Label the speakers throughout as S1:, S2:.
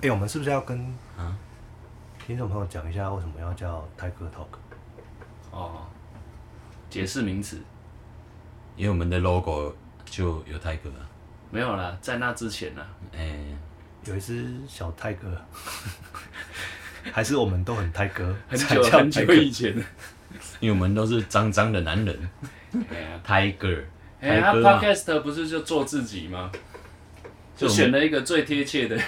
S1: 哎、我们是不是要跟
S2: 啊，
S1: 听众朋友讲一下为什么要叫 Tiger Talk？
S3: 哦，解释名词
S2: 因为我们的 logo 就有泰戈啊，
S3: 没有啦，在那之前呢、啊
S2: 哎、
S1: 有一只小泰哥， 还是我们都很泰哥，
S3: 很
S1: 才
S3: 久
S1: 叫
S3: 很久
S1: Tiger
S3: 以前了。
S2: 因为我们都是脏脏的男人，
S3: 哎呀，
S2: 泰戈，
S3: 哎，他
S2: 泰戈啊，
S3: podcast 不是就做自己吗？就
S2: 就我们
S3: 选了一个最贴切的，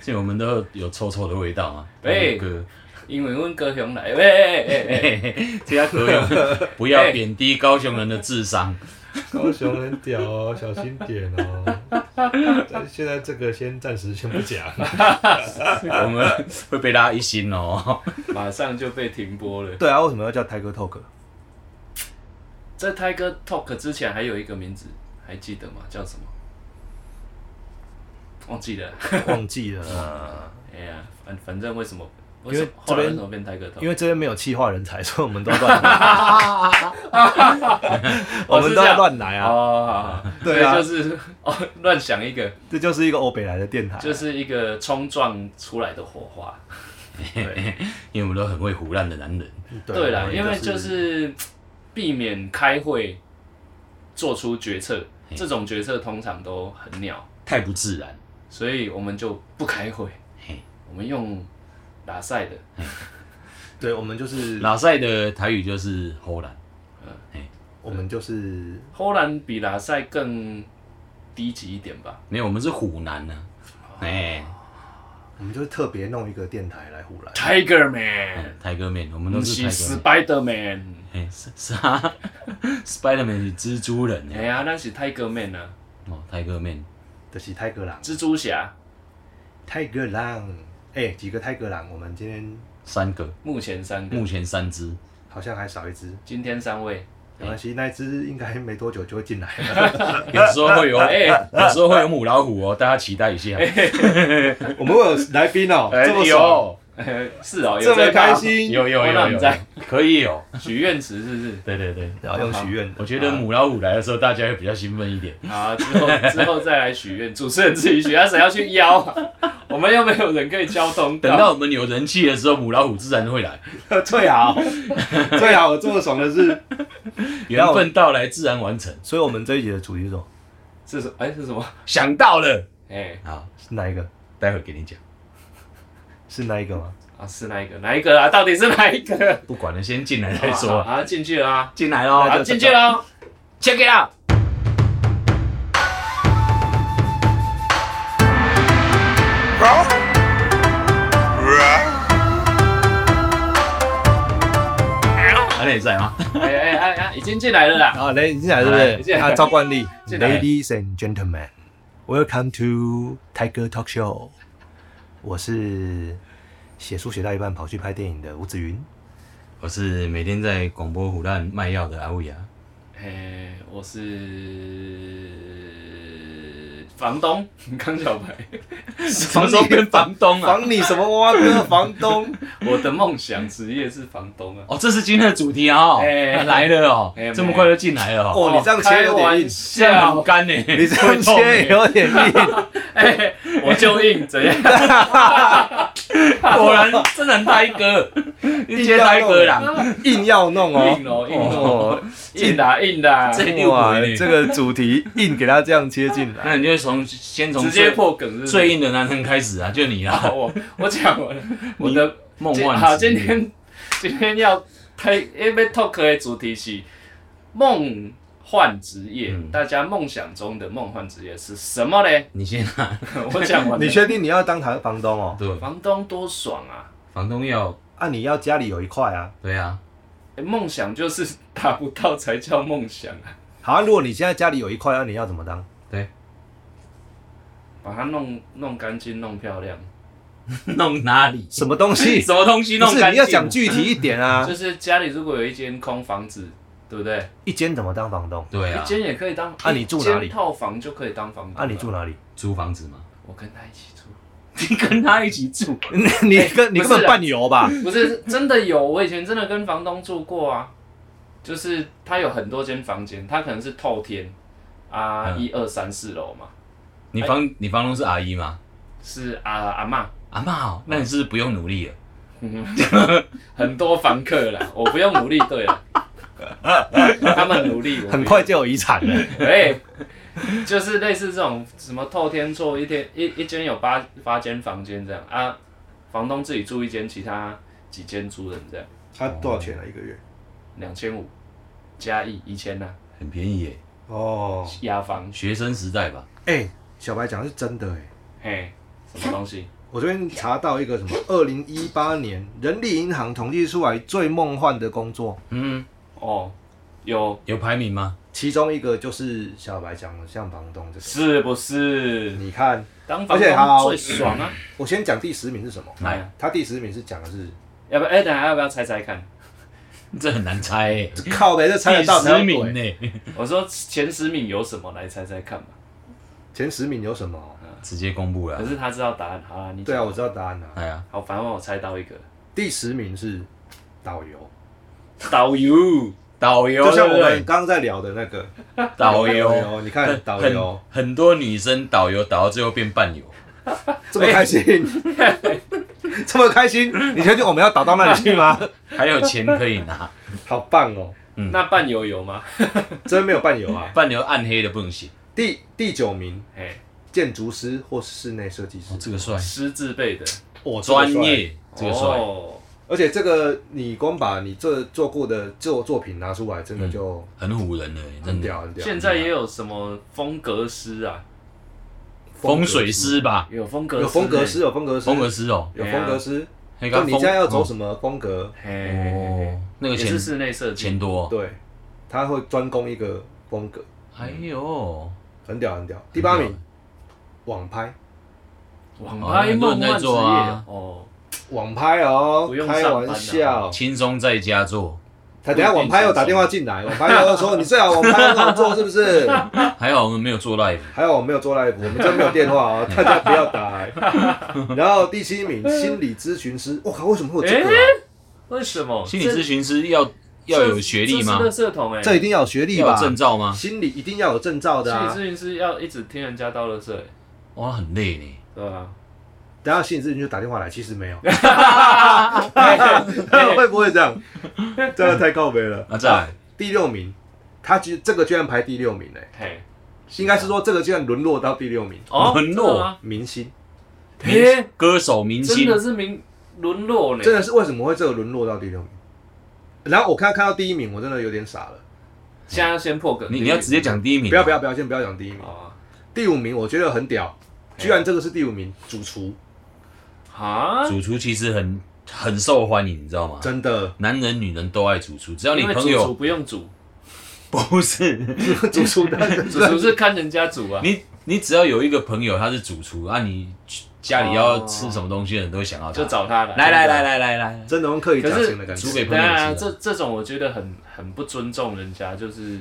S2: 所以我们都有臭臭的味道啊，
S3: 哎
S2: 泰戈，
S3: 因为问高 雄来，喂哎哎哎，
S2: 嘿嘿嘿这样可以， 不要贬低高雄人的智商，
S1: 高雄很屌哦，小心点哦。 但现在这个先暂时先不 讲。
S2: 我们会被拉一心哦，
S3: 马上就被停播了。
S1: 对啊，为什么要叫 Tiger Talk？
S3: 在 Tiger Talk 之前还有一个名字，还记得吗？叫什么？忘记了。
S1: 忘记 了，
S3: 哎呀，反反正为什么？
S1: 因为
S3: 为什么
S1: 这
S3: 后来
S1: 边
S3: 为什么变 Tiger Talk？
S1: 因为这边没有气化人才，所以我们都要乱来， 我们都要乱来啊。
S3: 哦，
S1: 对啊
S3: 所以就是哦，乱想一个，
S1: 这就是一个欧北来的电台啊，
S3: 就是一个冲撞出来的火花。
S1: 对
S2: 因为我们都很会胡乱的男人，
S3: 对
S1: 我
S3: 啦，
S1: 们
S3: 因为就是避免开会做出决策，
S2: 嘿
S3: 这种决策通常都很鸟，
S2: 太不自然，
S3: 所以我们就不开会，
S2: 嘿，
S3: 我们用拉塞的，
S1: 对，我们就是
S2: 拉塞的台语就是荷兰，
S1: 我们就是
S3: 荷兰比拉塞更低级一点吧。
S2: 没有，我们是虎男呢、啊，哎、
S1: 我们就是特别弄一个电台来胡来。
S3: Tiger Man，
S2: 泰戈哎面，我们
S3: 不
S2: 都是
S3: 是
S2: 泰戈
S3: Spider Man。
S2: 哎、是是啊 ，Spiderman 是蜘蛛人
S3: 哎
S2: 哎、
S3: 呀，那是 Tiger Man 啊，
S2: 哦，泰戈面，
S1: 就是泰格狼，
S3: 蜘蛛侠
S1: 泰格狼，哎、几个泰格狼？我们今天
S2: 三个，
S3: 目前三个，
S2: 目前三只，
S1: 好像还少一只，
S3: 今天三位。
S1: 没关系，那一只应该没多久就会进来了。
S2: 有时候会 有，
S3: 哎
S2: 有时候会有母老虎哦，大家期待一 下。
S1: 我们会有来宾哦、
S2: 哎
S1: 这么爽，
S2: 有
S3: 是哦，
S1: 这么
S3: 有在
S1: 开
S3: 吧
S1: 心，
S2: 有有
S3: 哦
S2: 有
S3: 那你
S2: 有
S3: 在，
S2: 可以有，
S3: 许愿池是不是？
S2: 对对对，
S1: 然后用许愿的，
S2: 我觉得母老虎来的时候，大家会比较兴奋一 点。
S3: 好啊，之后之后再来许愿，主持人自己许，他谁要去邀 啊？我们又没有人可以交通
S2: 等到我们有人气的时候，母老虎自然会 来，
S1: 最好最好，我这么爽的是，
S2: 缘分到来自然完成。
S1: 所以我们这一集的主题是什么？
S3: 是什哎是什么？
S2: 想到了，
S3: 哎
S2: 好，
S1: 是哪一个？
S2: 待会给你讲，
S1: 是哪一个吗？
S3: 啊是哪一个？哪一个啊？到底是哪一个？
S2: 不管了，先进来再说 啊。
S3: 啊，进去了啊，
S2: 进来
S1: 那
S2: 喽，
S3: 啊进去了哦，check it out。
S2: 安磊啊在吗？
S3: 哎哎哎哎，已经进来了啦。
S1: 啊，来，你进来是不
S2: 哎
S1: 是？
S3: 进来
S1: 啊，照惯例
S3: 进来
S1: ，Ladies and gentlemen, welcome to Tiger Talk Show。我是写书写到一半跑去拍电影的吴子云。
S2: 我是每天在广播虎烂卖药的阿伟啊。
S3: 哎，我是房东康小白，
S2: 什么时候变房东啊？
S1: 防你什么蛙哥房东？
S3: 我的梦想职业是房东啊。
S2: 哦，这是今天的主题啊、哦，
S3: 哎
S2: 来了哦、
S3: 哎没
S2: 这么快就进来了、哦，
S1: 哦，你这样切有
S3: 开
S1: 点
S3: 玩
S1: 硬，
S2: 这样很
S3: 笑，
S2: 干呢、
S1: 啊你这样
S2: 会痛欸
S1: 切有点硬。
S3: 哎，我就硬怎样？
S2: 果然真的很呆哥，一接呆哥啦，
S1: 硬要弄哦
S3: 硬。哦，硬哦，
S1: 哦，
S3: 硬的啊硬的啊，
S2: 这
S3: 直
S2: 六
S1: 哇
S2: 回，呢
S1: 这个主题硬给他这样切 进来，
S2: 那你就从先从
S3: 接
S2: 最
S3: 破梗是不是
S2: 最。硬的男人开始啊，就你
S3: 好
S2: 啦，
S3: 我我讲完了，我的
S2: 梦
S3: 今
S2: 幻
S3: 好，
S2: 之
S3: 今
S2: 旅
S3: 天今天要开要 talk 的主题是梦幻职业，
S2: 嗯
S3: 大家梦想中的梦幻职业是什么 呢？
S2: 你先啊，
S3: 我讲完了
S1: 你确定你要当他房东哦？
S2: 对，
S3: 房东多爽啊！
S2: 房东要
S1: 啊，你要家里有一块啊。
S2: 对啊，
S3: 诶欸梦想就是 达不到才叫梦想啊，
S1: 好，如果你现在家里有一块，那你要怎么当？
S2: 对，
S3: 把它弄弄干净、弄漂亮，
S2: 弄哪里？
S1: 什么东西？
S2: 什么东西
S1: 不
S2: 弄
S1: 是，
S2: 干
S1: 你要
S2: 净
S1: 讲？具体一点啊
S3: 就。是家里如果有一间空房子，对不对？
S1: 一间怎么当房东？
S2: 对
S3: 一
S2: 啊，
S3: 间也可以当，
S1: 啊你住哪里
S3: 一间套房就可以当房东。
S1: 啊，你住？哪里？
S2: 租房子嘛，
S3: 我跟他一起住。
S2: 你跟他一起住，
S1: 你跟你根
S3: 不是
S1: 本
S3: 啊
S1: 伴游 吧？
S3: 不是真的有，我以前真的跟房东住过啊，就是他有很多间房间，他可能是透天啊，
S2: 嗯
S3: 一二三四楼嘛，
S2: 你房你房东是阿姨吗？
S3: 是阿阿妈，
S2: 阿妈、哦，那你是不是不用努力了？
S3: 很多房客啦， 我不用努力，对了， 他们努力，我不用
S1: 很快就有遗产了。
S3: 哎、就是类似这种什么透天厝，一天一一间有八八间房间这样啊，房东自己住一间，其他几间租人这样，
S1: 他多少钱啊？一个月？
S3: 两千五加一一千呐，
S2: 很便宜耶，
S1: 哦，
S3: 押房，
S2: 学生时代吧。
S1: 哎、小白讲的是真的哎、
S3: 嘿，什么东西？
S1: 我这边查到一个什么，二零一八年人力银行统计出来最梦幻的工作，
S2: 嗯，
S3: 哦，有
S2: 有排名吗？
S1: 其中一个就是小白讲的像房东这个。
S3: 是不是？
S1: 你看，
S3: 当
S1: 而
S3: 房
S1: 且嗯他
S3: 东最爽啊！
S1: 我先讲第十名是什么？
S3: 来，
S1: 他第十名是讲的是
S3: 要不哎、等下要不要猜猜看？
S2: 这很难猜耶，
S1: 靠北，这猜得到
S2: 第十
S1: 哪有
S2: 名
S1: 鬼
S2: 呢，
S3: 我说前十名有什么来猜猜看吧。
S1: 前十名有什么？
S2: 直接公布
S3: 可
S2: 了。
S3: 是他知道答案，好啦，你
S1: 对啊，
S3: 讲
S1: 我知道答案了、
S2: 哎呀，
S3: 好，反正我猜到一个
S1: 第十名是导游，
S3: 导游，
S2: 导游
S1: 就像我
S2: 对不对
S1: 们刚刚在聊的那个
S2: 导游，，
S1: 你看导游
S2: 很很多女生导游导到最后变伴游，
S1: 这么开心， 这么开心，你确定我们要导到那里去 吗？
S2: 还有钱可以拿。
S1: 好棒哦！
S2: 嗯
S3: 那伴游有吗？
S1: 真没有伴游啊。
S2: 伴游暗黑的不能写，
S1: 第第九名，
S3: 哎，
S1: 建筑师或室内设计师
S2: 哦，，这个帅，
S3: 师字辈的，
S1: 我
S2: 专，业，这个帅，
S3: 哦，
S1: 而且这个你光把你这做过的作作品拿出来，真的就
S2: 很唬人的，
S1: 很
S2: 嗯真的。
S1: 屌很屌。
S3: 现在也有什么风格师啊？
S2: 风水师吧，
S3: 有风格
S1: 有风格
S3: 师
S1: 师，有风格师，
S2: 风格师哎哦，
S1: 有风格师。
S2: 那
S1: 就
S2: 个
S1: 你现在要走
S2: 么？
S1: 什么风格？
S3: 欸，嘿
S2: 哦，那个
S3: 也
S2: 钱
S3: 是室内设计
S2: 钱，多哦，
S1: 对，他会专攻一个风格，
S2: 哎呦，
S1: 很屌很屌。第八名，网拍，
S3: 网拍梦幻
S2: 嗯很多人在
S3: 职
S2: 做啊
S3: 业哦，
S1: 网拍哦
S3: 不，用
S1: 开
S3: 上班
S1: 玩
S3: 啊
S1: 笑。
S2: 哦轻松在家做，
S1: 他等一下网拍又打电话进来，网拍又说你最好网拍很好做，是不是？
S2: 还好我们没有做 live，
S1: 还有我没有做 live，我们真没有电话哦，大家不要打来。然后第七名，心理咨询师，我靠，为什么会有这个啊？
S3: 为什么？
S2: 心理咨询师要要有学历吗
S3: 这？是垃圾桶哎，
S1: 哦这一定要有学历
S2: 要
S1: 吧
S2: 有？证照吗？
S1: 心理一定要有证照的啊
S3: 心！理咨询师要一直听人家倒垃圾欸，
S2: 哇，很累呢，
S3: 对啊吧？
S1: 等一下心理咨询就打电话来，其实没有， 会不会这样？这样太靠北了。
S2: 啊，再来
S1: 第六名，他居这个居然排第六名呢、
S3: 嘿，
S1: 应该是说这个居然沦落到第六名，
S3: 哦，
S2: 沦落
S3: 真的吗？
S1: 明星
S3: 耶，
S2: 歌手明
S3: 真
S2: 星
S3: 的是名沦落呢，
S1: 真的是为什么会这个沦落到第六名？然后我看看到第一名，我真的有点傻了。
S3: 现在要先破梗，
S2: 你你要直接讲第一名，啊哎
S1: 不要不要不要，先不要讲第一名，
S3: 哦
S1: 第五名我觉得很屌，居然这个是第五名，主厨
S3: 啊，
S2: 主厨其实很很受欢迎，你知道吗？
S1: 真的
S2: 男人女人都爱主厨，只要你
S3: 因为
S2: 朋
S3: 主
S2: 友
S3: 厨不用煮，
S2: 不是
S1: 主厨的
S3: 主厨是看人家煮啊，
S2: 你，你只要有一个朋友他是主厨，啊，你家里要吃什么东西的人都会想要他
S3: 就找他来，
S2: 来来来来来来，
S1: 真的用刻意
S3: 可
S1: 讲
S3: 是
S1: 情的感
S2: 主
S1: 觉
S2: 给。朋
S3: 当
S2: 友吃
S3: 然啊、
S2: 啊，
S3: 这这种我觉得很很不尊重人家，就是，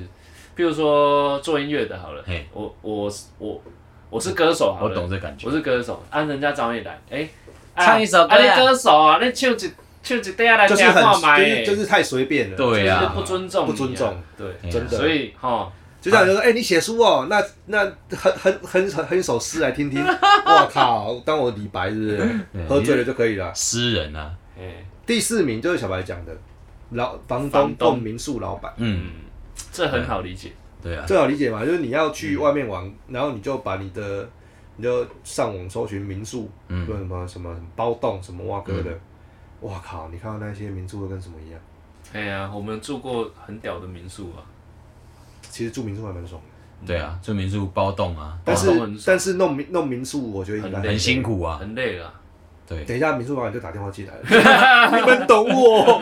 S3: 譬如说做音乐的好了
S2: 嘿，
S3: 我我我我是歌手好
S2: 我
S3: 了，
S2: 懂这感觉
S3: 我。是歌手，啊，人家找你来，哎、啊
S2: 唱一首歌啊
S3: 啊，你歌手啊，你唱一唱一段来
S1: 就
S3: 听
S1: 是
S3: 看
S1: 很就
S3: 麦，
S1: 是就是太随便了，
S2: 对
S3: 就是
S2: 啊
S3: 不尊重你啊，
S1: 不尊重
S3: 对，
S2: 哎呀
S1: 真的
S3: 所以哈，
S1: 就像有人说，哎、你写书哦，那那很很很很很一首诗来听 听。我靠，当我李白是不是？
S2: 对
S1: 喝醉了就可以了。
S2: 诗人啊，
S3: 哎，
S1: 第四名就是小白讲的，老房东
S3: 房东
S1: 或民宿老板，
S2: 嗯，
S3: 嗯，这很好理解，
S2: 对啊，
S1: 最好理解嘛，就是你要去外面玩，然后你就把你的，你就上网搜寻民宿，
S2: 嗯
S1: 就什么什么包栋什么哇哥
S3: 嗯
S1: 的，哇靠，你看到那些民宿都跟什么一样？
S3: 哎呀，我们住过很屌的民宿啊，嗯
S1: 其实住民宿还蛮爽的，
S2: 对啊，住民宿包栋啊，
S1: 但是
S3: 包栋很爽
S1: 但是弄民弄民宿，我觉得应该
S3: 很累
S2: 很辛 苦啊，
S3: 很累了，
S2: 对，
S1: 等一下，民宿老板就打电话进来了。你们懂 我，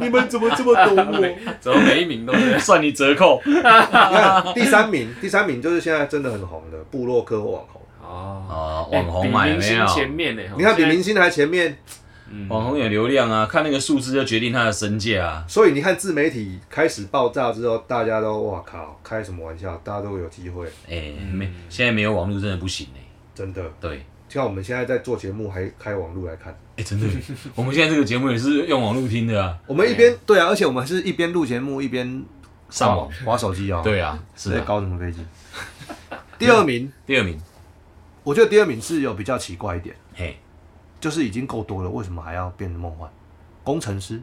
S1: 你们怎么这么懂我？
S3: 怎么每一名都是？
S2: 算你折扣。
S1: 你看第三名，第三名就是现在真的很红的部落客或网红。
S3: 哦，
S2: 哦，
S3: 哎
S2: 网红嘛，
S3: 比
S2: 有
S3: 明
S2: 没
S3: 星
S2: 有？
S3: 前面呢，
S1: 你看比
S3: 现在
S1: 明星还前面，
S3: 嗯
S2: 网红有流量啊，看那个数字就决定他的身价啊。
S1: 所以你看自媒体开始爆炸之后，大家都哇靠，开什么玩笑？大家都有机会，
S2: 哎，
S3: 嗯
S2: 没，现在没有网络真的不行哎。
S1: 真的。
S2: 对，
S1: 就像我们现在在做节目，还开网路来看，
S2: 哎，真的，我们现在这个节目也是用网络听的啊，
S1: 我们一边对啊，而且我们还是一边录节目一边
S2: 上网。
S1: 划手机哦。，
S2: 对啊，是
S1: 在
S2: 啊。
S1: 搞什么飞机？第二名，
S2: 第二名，
S1: 我觉得第二名是有比较奇怪一点，
S2: 嘿，
S1: 就是已经够多了，为什么还要变梦幻？工程师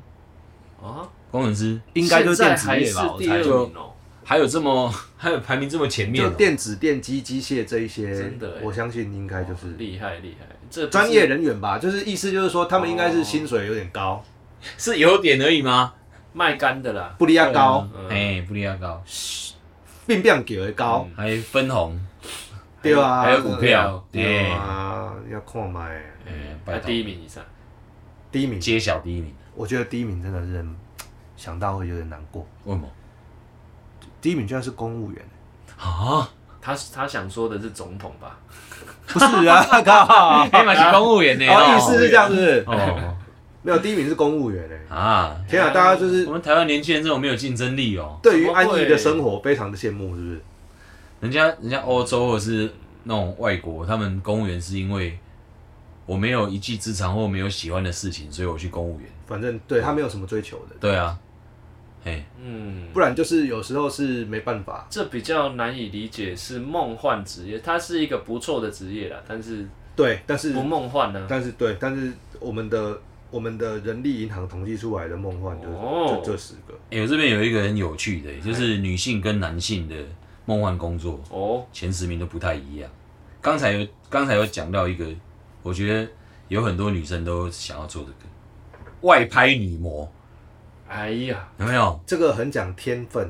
S3: 啊，
S2: 工程师
S1: 应该就是电
S3: 现在
S1: 子
S3: 还
S1: 业
S3: 是
S1: 吧？我
S3: 第二
S1: 猜就
S3: 名哦，
S2: 还有这么还有排名这么前面
S1: 就
S2: 哦，
S1: 电子、电机、机械这一些
S3: 真的欸，
S1: 我相信应该就是
S3: 厉害厉害，这不是
S1: 专业人员吧，就是意思就是说他们应该是薪水有点高，
S2: 是有点而已吗？
S3: 卖干的啦，
S1: 不利亚高，
S3: 嗯
S2: 哎，布利亚高，
S1: 并不给的高，
S2: 还分红，
S1: 对啊，
S2: 嗯还有股票，
S1: 对
S2: 哎，
S1: 啊，要看买
S2: 哎
S3: 哎
S2: 拜
S3: 第
S2: 托，
S3: 一名以上，
S1: 第一名，
S2: 揭晓第一名，
S1: 我觉得第一名真的是想到会有点难过，
S2: 为什么
S1: 第一名居然是公务员。
S2: 啊？
S3: 他他想说的是总统吧？
S1: 不是啊，靠！
S2: 黑马哎是公务员呢，
S1: 哦，
S2: 哦
S1: 意思是这样子，
S2: 哦
S1: 没有第一名是公务员诶。
S2: 啊，
S1: 天啊，大家就是
S2: 我们台湾年轻人这种没有竞争力哦，
S1: 对于安逸的生活非常的羡慕，是不是？
S2: 人家人家欧洲或者是那种外国，他们公务员是因为我没有一技之长或没有喜欢的事情，所以我去公务员。
S1: 反正对他没有什么追求的，
S2: 对啊，嘿，
S3: 嗯，
S1: 不然就是有时候是没办法。
S3: 这比较难以理解，是梦幻职业，它是一个不错的职业啦，但是
S1: 对，但是
S3: 不梦幻呢、
S1: 但是对，但是我们的我们的人力银行统计出来的梦幻就
S3: 哦
S1: 就这十个，
S2: 欸我这边有一个很有趣
S3: 哎
S2: 的，就是女性跟男性的梦幻工作
S3: 哦，
S2: 前十名都不太一样。刚才有刚才有讲到一个，我觉得有很多女生都想要做这个外拍女模，
S3: 哎呀，
S2: 有没有
S1: 这个很讲天分，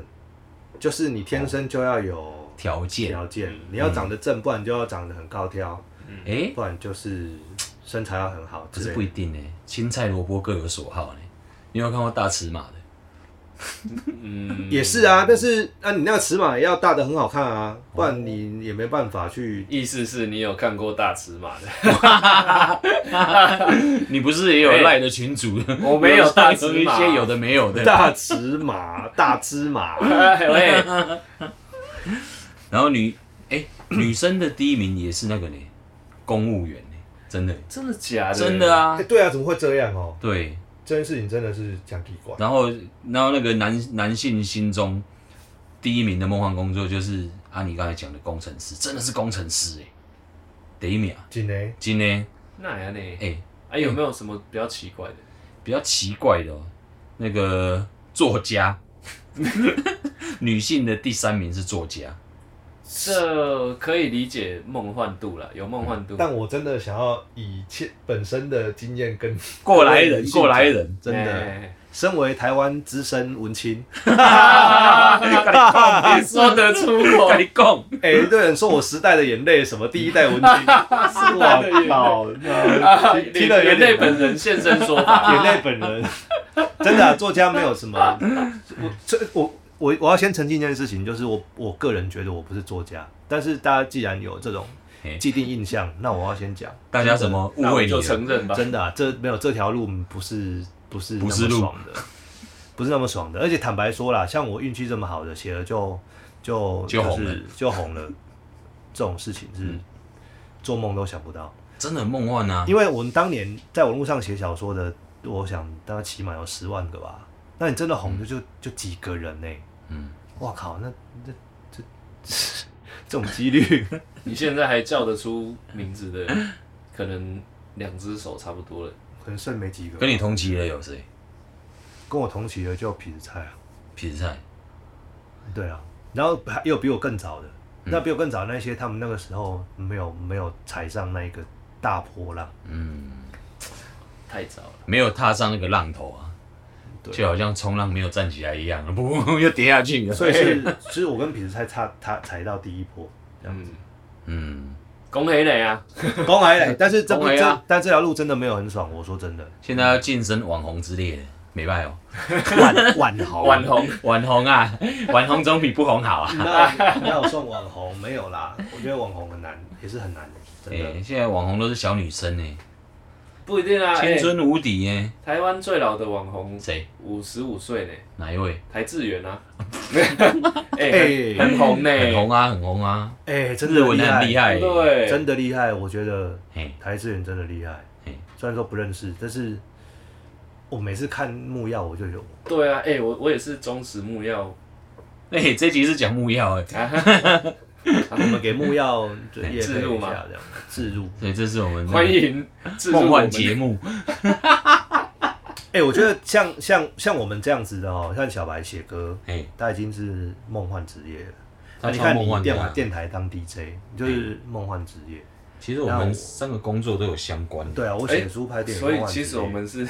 S1: 就是你天生就要有
S2: 条件？嗯
S1: 条件，你要长得正，不然就要长得很高挑，
S2: 哎、
S1: 不然就是身材要很好之类
S2: 可
S1: 的。
S2: 是不一定呢、青菜萝卜各有所好呢、你有没有看过大尺码的？
S3: 嗯，
S1: 也是啊，但是那、啊、你那个尺码也要大的很好看啊，不然你也没办法去。
S3: 意思是你有看过大尺码 的？
S2: 你不是也有
S3: 哎
S2: 赖的群主？
S3: 我没有大尺
S2: 有一
S3: 码
S2: 些有的 没有的。
S1: 大尺码， 大芝 麻，
S3: 哎喂，
S2: 然后女，哎、女生的第一名也是那个呢，公务员呢，真的，
S3: 真的假的？
S2: 真的！啊
S1: 哎，对啊，怎么会这样哦？
S2: 对。
S1: 这件事情真的是讲奇怪。
S2: 然后，然后那个男男性心中第一名的梦幻工作就是阿尼刚才讲的工程师，真的是工程师哎、第一名啊，
S1: 真的，
S2: 今天
S3: 那样
S2: 哎、
S3: 呢？哎，有没有什么比较奇怪的？
S2: 比较奇怪的、哦，那个作家， 女性的第三名是作家，
S3: 这可以理解梦幻度了，有梦幻度。
S1: 但我真的想要以切本身的经验跟
S2: 过来人，过来人，
S1: 真的，
S3: 哎，
S1: 身为台湾资深文青，
S2: 你
S3: 说得出口
S2: 跟你讲，
S1: 哎，一堆人说我时代的眼泪，什么第一代文 青，我靠，
S3: 啊
S1: 那听听了有
S3: 人啊类
S1: 点
S3: 本人现身说法，
S1: 眼泪本人，真的啊、作家没有什么。我这我我我要先澄清一件事情，就是我我个人觉得我不是作家，但是大家既然有这种
S2: 嘿
S1: 既定印象，那我要先讲，
S2: 大家怎么误
S3: 那我
S2: 会你
S3: 就
S2: 了？
S3: 承认吧。
S1: 真的啊、这没有这条路不是不是
S2: 不是
S1: 那么
S2: 路
S1: 爽的，不是那么爽的。而且坦白说啦，像我运气这么好的，写了就就
S2: 就红
S1: 是
S2: 了
S1: 就红了，这种事情是做梦都想不到。
S2: 真的很梦幻啊！
S1: 因为我们当年在网络上写小说的，我想大概起码有十万个吧。那你真的红的就就几个人呢、
S2: 嗯，
S1: 哇靠，那那这 这种几率，
S3: 你现在还叫得出名字的，可能两只手差不多了。
S1: 可能剩没几个。
S2: 跟你同期的有谁？
S1: 跟我同期的就痞子蔡啊，
S2: 痞子蔡，
S1: 对啊，然后还有比我更早的，
S2: 嗯
S1: 那比我更早的那些，他们那个时候没有没有踩上那一个大波 浪，
S2: 嗯，
S3: 太早了，
S2: 没有踏上那个浪头啊，
S1: 对
S2: 就好像冲浪没有站起来一样，不 又跌下去了。
S1: 所以是，其实我跟痞子蔡差他踩到第一波，
S3: 嗯，
S2: 嗯，
S3: 恭喜你啊！
S1: 公海 嘞，但是这不
S2: 公海啊
S1: 这但这条路真的没有很爽，我说真 的，
S2: 现在要晋升网红之列了，没办法哦。
S1: 晚晚好
S3: 网红，
S2: 网红啊， 网红总比不红好 啊。
S1: 那那我送网红没有啦，我觉得网红很难，也是很难，真的。
S2: 哎、现在网红都是小女生哎、
S3: 不一定啊。
S2: 青
S3: 欸
S2: 春无敌哎、
S3: 台湾最老的网红
S2: 谁？
S3: 五十五岁呢，
S2: 哪一位？
S3: 台志远啊，
S1: 哎
S3: 哎，很很红呢，
S2: 很红啊，很红啊，
S1: 哎、真
S2: 日
S1: 的
S2: 文
S1: 厉
S2: 很
S1: 害，
S2: 厉害、欸。
S3: 对，
S1: 真的厉害。我觉得
S2: 嘿，
S1: 台资源真的厉害
S2: 嘿，
S1: 虽然说不认识，但是我每次看木曜我就有，
S3: 对啊，哎，我我也是忠实木曜，
S2: 哎、这集是讲木曜哎、
S3: 啊
S1: 我们给木曜就
S2: 对
S1: 业
S3: 置
S1: 配
S3: 哎入
S1: 一
S3: 嘛
S1: 下这样，置入。
S2: 对，这是我们的
S3: 欢迎置入我
S2: 梦
S3: 们
S2: 幻节目，
S1: 哎、我觉得像像像我们这样子的哦，像小白写歌，
S2: 哎，
S1: 他已经是梦幻职业了。
S2: 他
S1: 那你
S2: 超
S1: 看
S2: 梦
S1: 你
S2: 幻
S1: 电
S2: 的
S1: 台
S2: 啊。
S1: 电台当 DJ，你就是梦幻职业。
S2: 其实我
S1: 那我
S2: 们三个工作都有相关的，
S1: 对啊，我
S3: 哎
S1: 写书拍电影，
S3: 所以
S1: 梦幻
S3: 其实
S1: 职业
S3: 我们是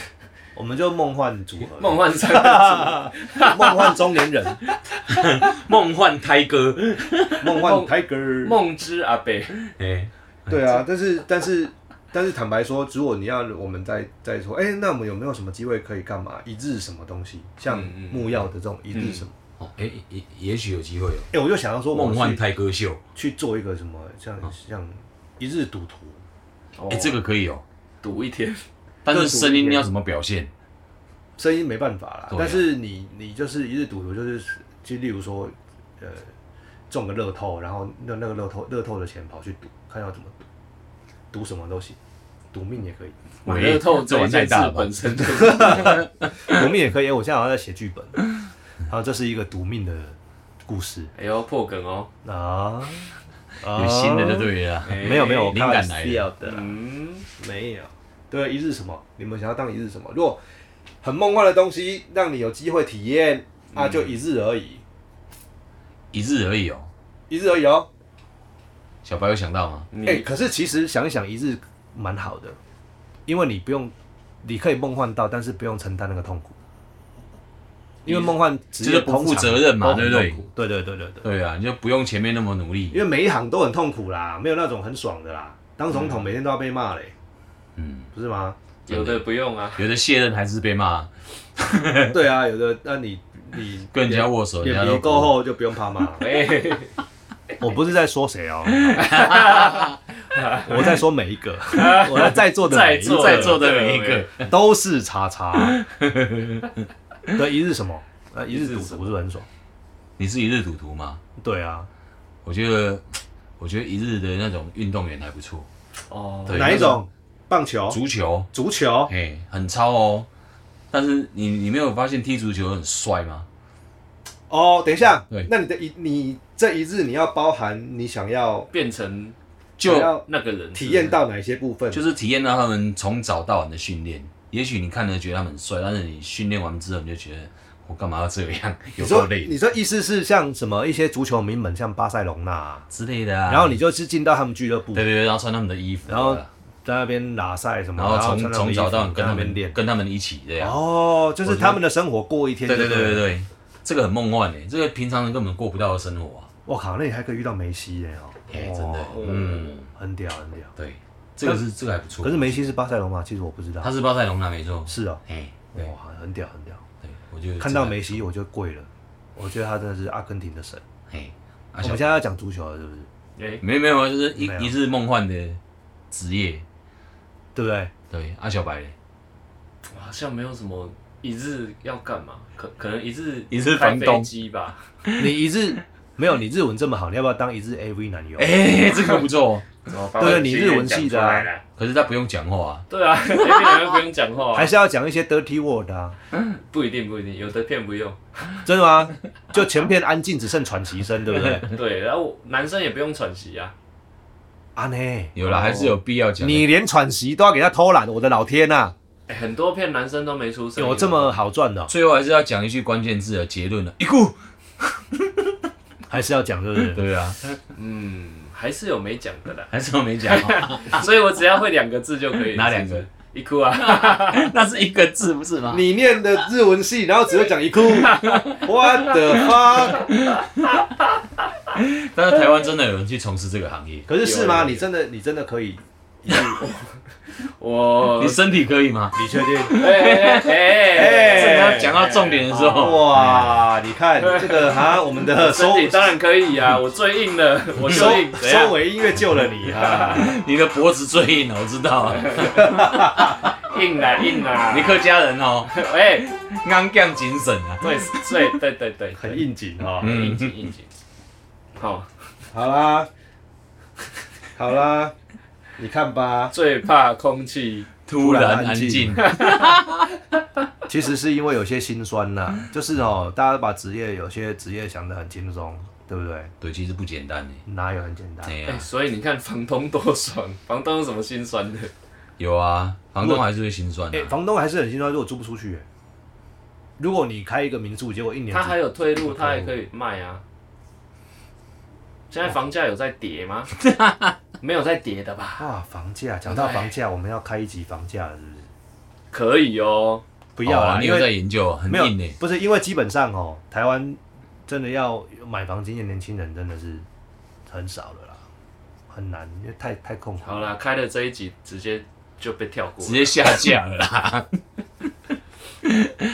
S1: 我们就梦幻组合，
S3: 梦幻三个
S1: 梦幻中年人，
S2: 梦幻胎哥，
S1: 梦幻 Tiger
S3: 字，。 梦之阿北，
S2: 哎，
S1: 对啊，但是但是但是坦白说，如果你要我们再再说，哎、那我们有没有什么机会可以干嘛？一日什么东西，像
S3: 嗯嗯
S1: 木曜的这种一日什么？
S2: 哦，哎，也也许有机会哦，
S3: 嗯
S1: 哎、我就想要说，我
S2: 梦幻
S1: 去
S2: 胎哥秀，
S1: 去做一个什么，像
S2: 嗯
S1: 像一日赌徒，
S3: 哦
S2: 哎，这个可以哦，
S3: 赌一天，
S2: 但是声音要怎么表现？
S1: 声音没办法啦，
S2: 对啊
S1: 但是你你就是一日赌徒，就是就例如说，呃，中个乐透，然后那那个乐透乐透的钱跑去赌，看要怎么赌，赌什么都行，赌命也可 以，
S3: 买
S2: 喂
S3: 乐透
S2: 这
S3: 这一
S2: 玩太
S3: 件事
S2: 大了吧
S3: 本身 就是
S1: 赌命也可以。哎我现在好像在写剧本，然后这是一个赌命的故事
S3: 哎呦破梗哦，
S1: 啊，
S2: 有
S1: 有
S2: 新的就对了啦。
S3: 哎
S1: 没有没有，我
S2: 灵感
S1: 开
S2: 来
S1: 玩
S2: 了
S1: 笑的啦，
S3: 嗯，
S1: 没有。对，一日什么？你们想要当一日什么？如果很梦幻的东西，让你有机会体验，那就一日而已，
S2: 一日而已哦。
S1: 一日而已哦。
S2: 小白有想到吗？
S1: 哎、
S3: 你
S1: 可是其实想一想，一日蛮好的，因为你不用，你可以梦幻到，但是不用承担那个痛苦，因为梦幻职
S2: 就
S1: 业
S2: 是不负责任嘛
S1: 通常都很
S2: 对不对
S1: 痛苦？对对对对对，
S2: 对啊，你就不用前面那么努力
S1: 因。为每一行都很痛苦啦，没有那种很爽的啦。当总统每天都要被骂嘞，
S2: 嗯，
S1: 不是吗？
S3: 有的不用啊，
S2: 有的卸任还是被骂，
S1: 对啊，有的那你你
S2: 跟人家握手，人家
S1: 脸
S2: 都
S1: 皮够。厚就不用怕骂。
S3: 哎，
S1: 我不是在说谁 哦，我在说每一个， 我在在座的每
S3: 在
S1: 一
S3: 座
S2: 在座的每一
S3: 对
S2: 个，
S1: 都是叉 叉。对，一日什么？呃，一日赌
S3: 一日
S1: 徒
S3: 什
S1: 不是很爽？
S2: 你是一日赌徒吗？
S1: 对啊，
S2: 我觉得，我觉得一日的那种运动员还不错，
S3: 哦，
S2: 对
S1: 哪一种？棒球、
S2: 足球，
S1: 足球？
S2: 嘿，很超哦。但是你你没有发现踢足球很帅吗？
S1: 哦，等一下
S2: 对，
S1: 那你的一你这一日你要包含你想要
S3: 变成
S1: 想
S2: 就
S1: 要
S3: 那个人
S1: 体验到哪些部分？
S2: 就是体验到他们从早到晚的训练。也许你看了觉得他们很帅，但是你训练完之后你就觉得我干嘛要这样，
S1: 你
S2: 有
S1: 说
S2: 够累的
S1: 你说意思是像什么一些足球名门，像巴塞隆纳，
S2: 之类的啊。
S1: 然后你就是进到他们俱乐部，
S2: 对对对，然后穿他们的衣服，啊
S1: 然后在那边拉赛什么，
S2: 然后
S1: 穿他
S2: 从
S1: 们
S2: 从
S1: 的
S2: 早
S1: 衣服
S2: 到晚跟
S1: 在
S2: 他
S1: 那边
S2: 们
S1: 练。
S2: 跟他们一起这样。
S1: 哦，就是他们的生活过一天。
S2: 对对对
S1: 了
S2: 对对，这个很梦幻诶，这个平常人根本过不到的生活啊。
S1: 我靠，那你还可以遇到梅西耶哦，
S2: 哎，真的
S1: 哦，
S2: 嗯，
S1: 很屌很屌。
S2: 对，这个是这个还不错
S1: 可。是梅西是巴塞罗那，其实我不知道
S2: 他。是巴塞隆拿没错，
S1: 是哦，
S2: 哎，对
S1: 哇，很屌很屌。
S2: 对，我就
S1: 看到梅西我就跪了，我觉得他真的是阿根廷的神。
S2: 哎，
S1: 我
S2: 啊
S1: 们
S2: 小
S1: 现在要讲足球了，是不是？
S3: 哎，
S2: 没有没有啊，就是一
S1: 没有
S2: 一日梦幻的职业。
S1: 对不 对？
S2: 对，阿小 白嘞
S3: 我好像没有什么一日要干嘛，可可能一日
S2: 一日
S3: 开
S2: 房东
S3: 飞机吧，
S1: 你一日没有你日文这么好，你要不要当一日 AV 男优？
S2: 哎，这个不错，
S3: 怎么把
S1: 对
S3: 我
S1: 你
S3: 经
S1: 日
S3: 验
S1: 文
S3: 讲
S1: 系的
S3: 出
S1: 啊
S3: 来了
S2: 可是他不用讲话啊，
S3: 对啊， 那边人不用讲话啊，
S1: 还是要讲一些 dirty word 啊？
S3: 不一定不一定，有的片不用。
S1: 真的吗？就前片安静，只剩喘息声，对不对？
S3: 对，然后男生也不用喘息啊。
S1: 啊呢，
S2: 有了还是有必要讲的。
S1: 你连喘息都要给他偷懒，我的老天呐、
S3: 哎很多片男生都没出声音，
S1: 有这么好赚的哦、
S2: 最后还是要讲一句关键字的结论了，啊哎一顾。
S1: 还是要讲，对不对？
S2: 对啊，
S3: 嗯，还是有没讲的啦。
S2: 还是我没讲话。
S3: 所以我只要会两个字就 可以。
S2: 哪两个
S3: 是不是？一哭啊，
S2: 那是一个字，不是吗？
S1: 你念的日文系，然后只会讲一 哭，我的妈！
S2: 但是台湾真的有人去从事这个行业，
S1: 可是是吗？
S3: 有有有
S1: 你真的你真的可以？
S3: 我
S2: 你身体可以吗？
S1: 你确 定？
S3: 哎哎哎
S1: 哎
S2: 正要讲到重点的时候，
S1: 哇，你看这个哈，我们的
S3: 哦身
S1: 哎收
S3: 体当然可以啊，我最 硬了，我
S1: 收
S3: 就硬。怎样
S1: 收尾音乐救了 你啊！
S2: 你的脖子最硬了，我知道。啊
S3: 硬啊硬 啊！
S2: 你客家人哦，
S3: 哎，
S2: 刚强精神啊。
S3: 对对对对对，
S1: 很应景哈、
S3: 对，
S2: 嗯
S3: 应景应景。好，
S1: 好啦， 好啦，你看吧。
S3: 最怕空气。
S2: 突然安
S1: 突
S2: 静，
S1: 其实是因为有些心酸呐、就是哦，大家把职业有些职业想得很轻松，对不对？
S2: 对，其实不简单呢。
S1: 哪有很简单
S2: 哎？呀、
S3: 哎、所以你看房东多爽，房东有什么心酸的？
S2: 有啊，房东还是会心酸啊的、
S1: 哎、房东还是很心酸，如果租不出去、哎如果你开一个民宿，结果一年
S3: 他
S1: 只
S3: 还有退路，他还可以卖啊。现在房价有在跌 吗？没有在跌的吧？
S1: 啊，房价讲到房价，我们要开一集房价了，是不是？
S3: 可以哦，
S1: 不要
S2: 哦
S1: 啦，
S2: 你
S1: 因
S2: 有在
S1: 为
S2: 研究，很
S1: 没有
S2: 硬呢。
S1: 不是因为基本上哦，台湾真的要买房经验，年轻人真的是很少了啦，很难，因为太太痛苦。
S3: 好啦，开了这一集直接就被跳过
S2: 直。接下架了啦，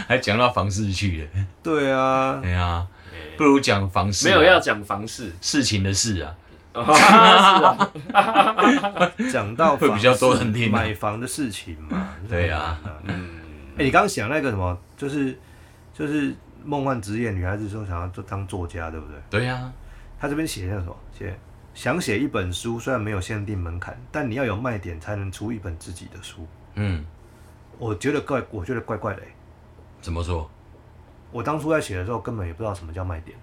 S2: 还讲到房市去了。
S1: 对啊，
S2: 哎呀、
S3: 哎
S2: 不如讲房市、啊
S3: 没有要讲房事，
S2: 事情的事啊，
S3: 哦是啊，
S1: 讲到
S2: 会比较多人
S1: 房
S2: 听啊
S1: 买房的事情嘛。
S2: 对啊
S1: 哎、你刚刚想那个什么，就是就是梦幻职业女孩子说想要做当作家，对不对？
S2: 对啊呀、
S1: 他这边写那个什么，写想写一本书，虽然没有限定门槛，但你要有卖点才能出一本自己的书。
S2: 嗯，
S1: 我觉得怪，我觉得怪怪的、欸。
S2: 怎么说？
S1: 我当初在写的时候，根本也不知道什么叫卖点、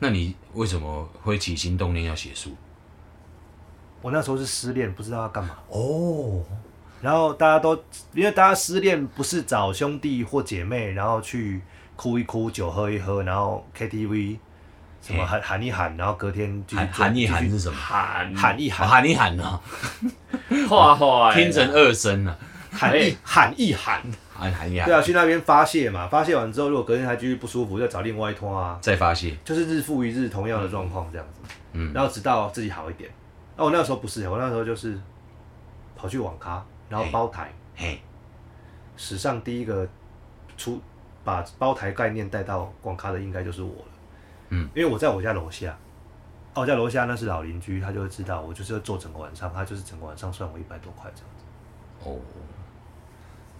S2: 那你为什么会起心动念要写书？
S1: 我那时候是失恋，不知道要干嘛。
S2: 哦，
S1: 然后大家都因为大家失恋不是找兄弟或姐妹，然后去哭一哭、酒喝一喝，然后 KTV 什么
S2: 嘿
S1: 喊喊一喊，然后隔天继续
S2: 喊
S1: 做
S2: 喊一
S1: 继续
S2: 喊是什么？
S3: 喊
S1: 喊一
S2: 哦
S1: 喊
S2: 喊一喊啊，
S3: 画画，
S2: 听成二声啊，
S1: 喊一喊一喊，
S2: 喊喊一
S1: 哎对
S2: 喊，
S1: 啊，去那边发泄嘛，发泄完之后如果隔天还继续不舒服，再找另外一拖啊，
S2: 再发泄，
S1: 就是日复一日同样的状况这样子，
S2: 嗯，
S1: 然后直到自己好一点。那我那时候不是，我那时候就是跑去网咖，然后
S2: 嘿
S1: 包台，
S2: 嘿，
S1: 史上第一个出把包台概念带到广咖的，应该就是我了。
S2: 嗯，
S1: 因为我在我家楼下，啊我家楼下那是老邻居，他就会知道我就是要做整个晚上，他就是整个晚上算我一百多块这样子。
S2: 哦，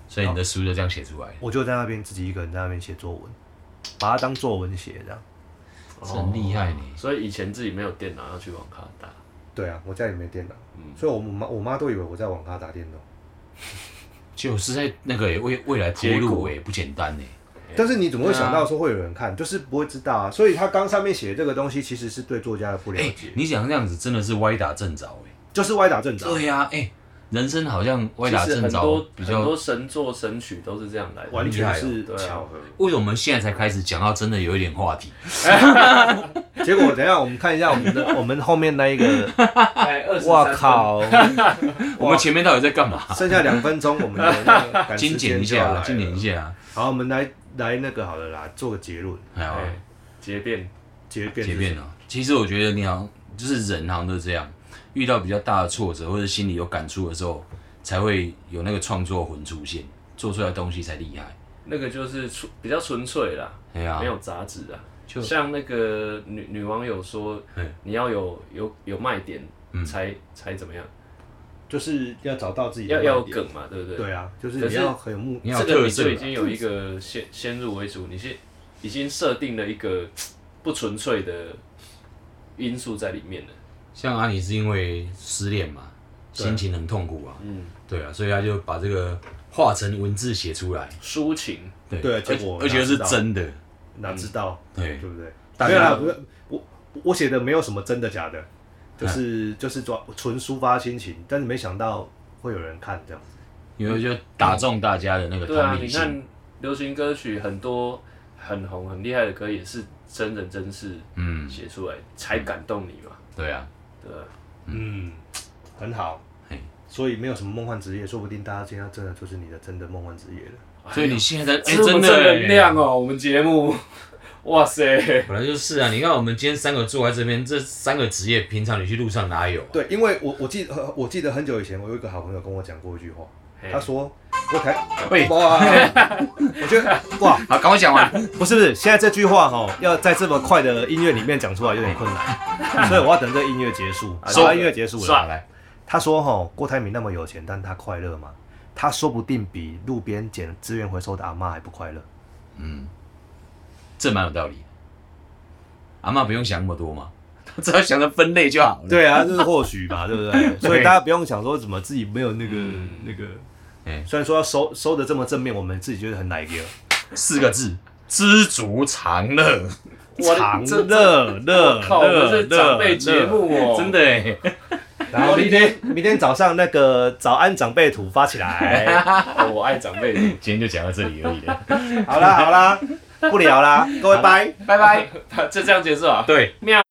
S2: 所以你的书就这样写出来，
S1: 我就在那边自己一个人在那边写作文，把它当作文写这样。
S2: 这很厉害呢。
S3: 哦所以以前自己没有电脑，要去网咖打。
S1: 对啊，我家里没电脑，
S3: 嗯
S1: 所以我妈我妈都以为我在网咖打电动。
S2: 就是在那个欸未未来铺
S3: 结
S2: 路
S3: 果
S2: 哎，不简单呢。
S1: 但是你怎么会
S2: 啊
S1: 想到说会有人看？就是不会知道啊。所以他刚上面写的这个东西，其实是对作家的不了
S2: 哎
S1: 解，，
S2: 你讲这样子真的是歪打正着哎。
S1: 就是歪打正着。
S2: 对呀，哎，人生好像歪
S3: 其
S2: 打
S3: 实
S2: 正
S3: 很
S2: 着
S3: 多
S2: 比
S3: 很
S2: 较
S3: 多。神作神曲都是这样来的，
S1: 完全是
S3: 对啊
S1: 巧合。
S2: 为什么我们现在才开始讲到真的有一点话题？
S1: 结果等一下我们看一下我们 的我们后面那一个，
S3: 哎，二
S1: 哇，靠，
S2: 我们前面到底在干嘛？
S1: 剩下两分钟，我们的那个赶时
S2: 精简
S1: 间
S2: 一
S1: 就要来
S2: 下，
S1: 了
S2: 精简一。下啊。
S1: 好，我们来来那个好了啦，做个结论，
S2: 哎呀，
S3: 哎，结辩，
S1: 结辩
S2: 结辩了。其实我觉得你好像就是人好像都这样，遇到比较大的挫折或者心里有感触的时候，才会有那个创作魂出现，做出来的东西才厉害。
S3: 那个就是纯比较纯粹啦，
S2: 哎呀
S3: 没，有杂质啊。
S2: 就
S3: 像那个女女网友说
S2: 嗯，
S3: 你要有有有卖点
S2: 嗯，
S3: 才才怎么样，
S1: 就是要找到自己的
S3: 要要有
S1: 卖点
S3: 梗嘛，对不对？
S1: 对啊，就是
S3: 可
S1: 你
S3: 是
S1: 要很有目
S2: 你要有
S3: 这个
S2: 特
S3: 你
S2: 色啊
S3: 就已
S2: 啦，
S3: 经有一个先先入为主，你是已经设定了一个不纯粹的因素在里面了。
S2: 像阿里是因为失恋嘛，
S1: 对
S2: 心情很痛苦啊，
S3: 嗯，
S2: 对啊，所以他就把这个化成文字写出来，
S3: 抒情，
S2: 对，
S1: 对
S2: 而
S1: 结果
S2: 而且又是真的，
S1: 哪知道
S2: 对
S1: 嗯对，不对？
S2: 大
S1: 没有
S2: 家
S1: 啦，不是我我写的没有什么真的假的，就是就是抓纯抒发心情，但是没想到会有人看这样。
S2: 因为就打中大家的那个
S3: 对啊
S2: 同，理
S3: 你
S2: 心，
S3: 看流行歌曲很多很红很厉害的歌，也是真人真事
S2: 嗯，
S3: 写出来才感动你嘛，
S2: 对啊，
S3: 对吧？
S1: 嗯，很好
S2: 嘿。
S1: 所以没有什么梦幻职业，说不定大家今天真的就是你的真的梦幻职业了。
S2: 所以你现在哎，
S3: 这么
S2: 真的
S3: 正
S2: 欸
S3: 能量哦，我们节目，哇塞，
S2: 本来就是啊，你看我们今天三个坐在这边，这三个职业，平常你去路上哪有、啊？
S1: 对，因为我我记得呃我记得很久以前，我有一个好朋友跟我讲过一句话，
S3: 嘿
S1: 他说哎我台
S2: 喂
S1: 哇，我觉得哇，
S2: 好，赶快讲完。
S1: 不是不是，现在这句话哈、要在这么快的音乐里面讲出来有点困 难，所以我要等这音乐结束。
S3: 说
S1: 好音乐结束
S3: 算
S1: 了，
S3: 了
S1: 来，他说哈、郭台铭那么有钱，但他快乐吗？他说不定比路边捡资源回收的阿妈还不快乐。
S2: 嗯，这蛮有道理的。阿妈不用想那么多嘛，她只要想着分类就好了。
S1: 对啊，这是或许吧，对不 对？嗯所以大家不用想说怎么自己没有那个那个
S2: 哎。
S1: 虽然说要收收的这么正面，我们自己觉得很奶油。
S2: 四个字，知足常乐。
S3: 哇
S1: 长
S3: 这
S1: 乐乐
S3: 靠，
S1: 乐
S3: 我们是长辈
S1: 乐
S3: 节
S1: 乐
S3: 目哦，
S2: 真的哎，
S1: 然后明天明天早上那个早安长辈图发起来。
S3: 哦， 我爱长辈 节目，
S2: 今天就讲到这里而已了。
S1: 好啦好啦，不聊啦，各位拜。
S2: 拜拜。
S3: 就这样结束啊。
S2: 对。
S3: 喵。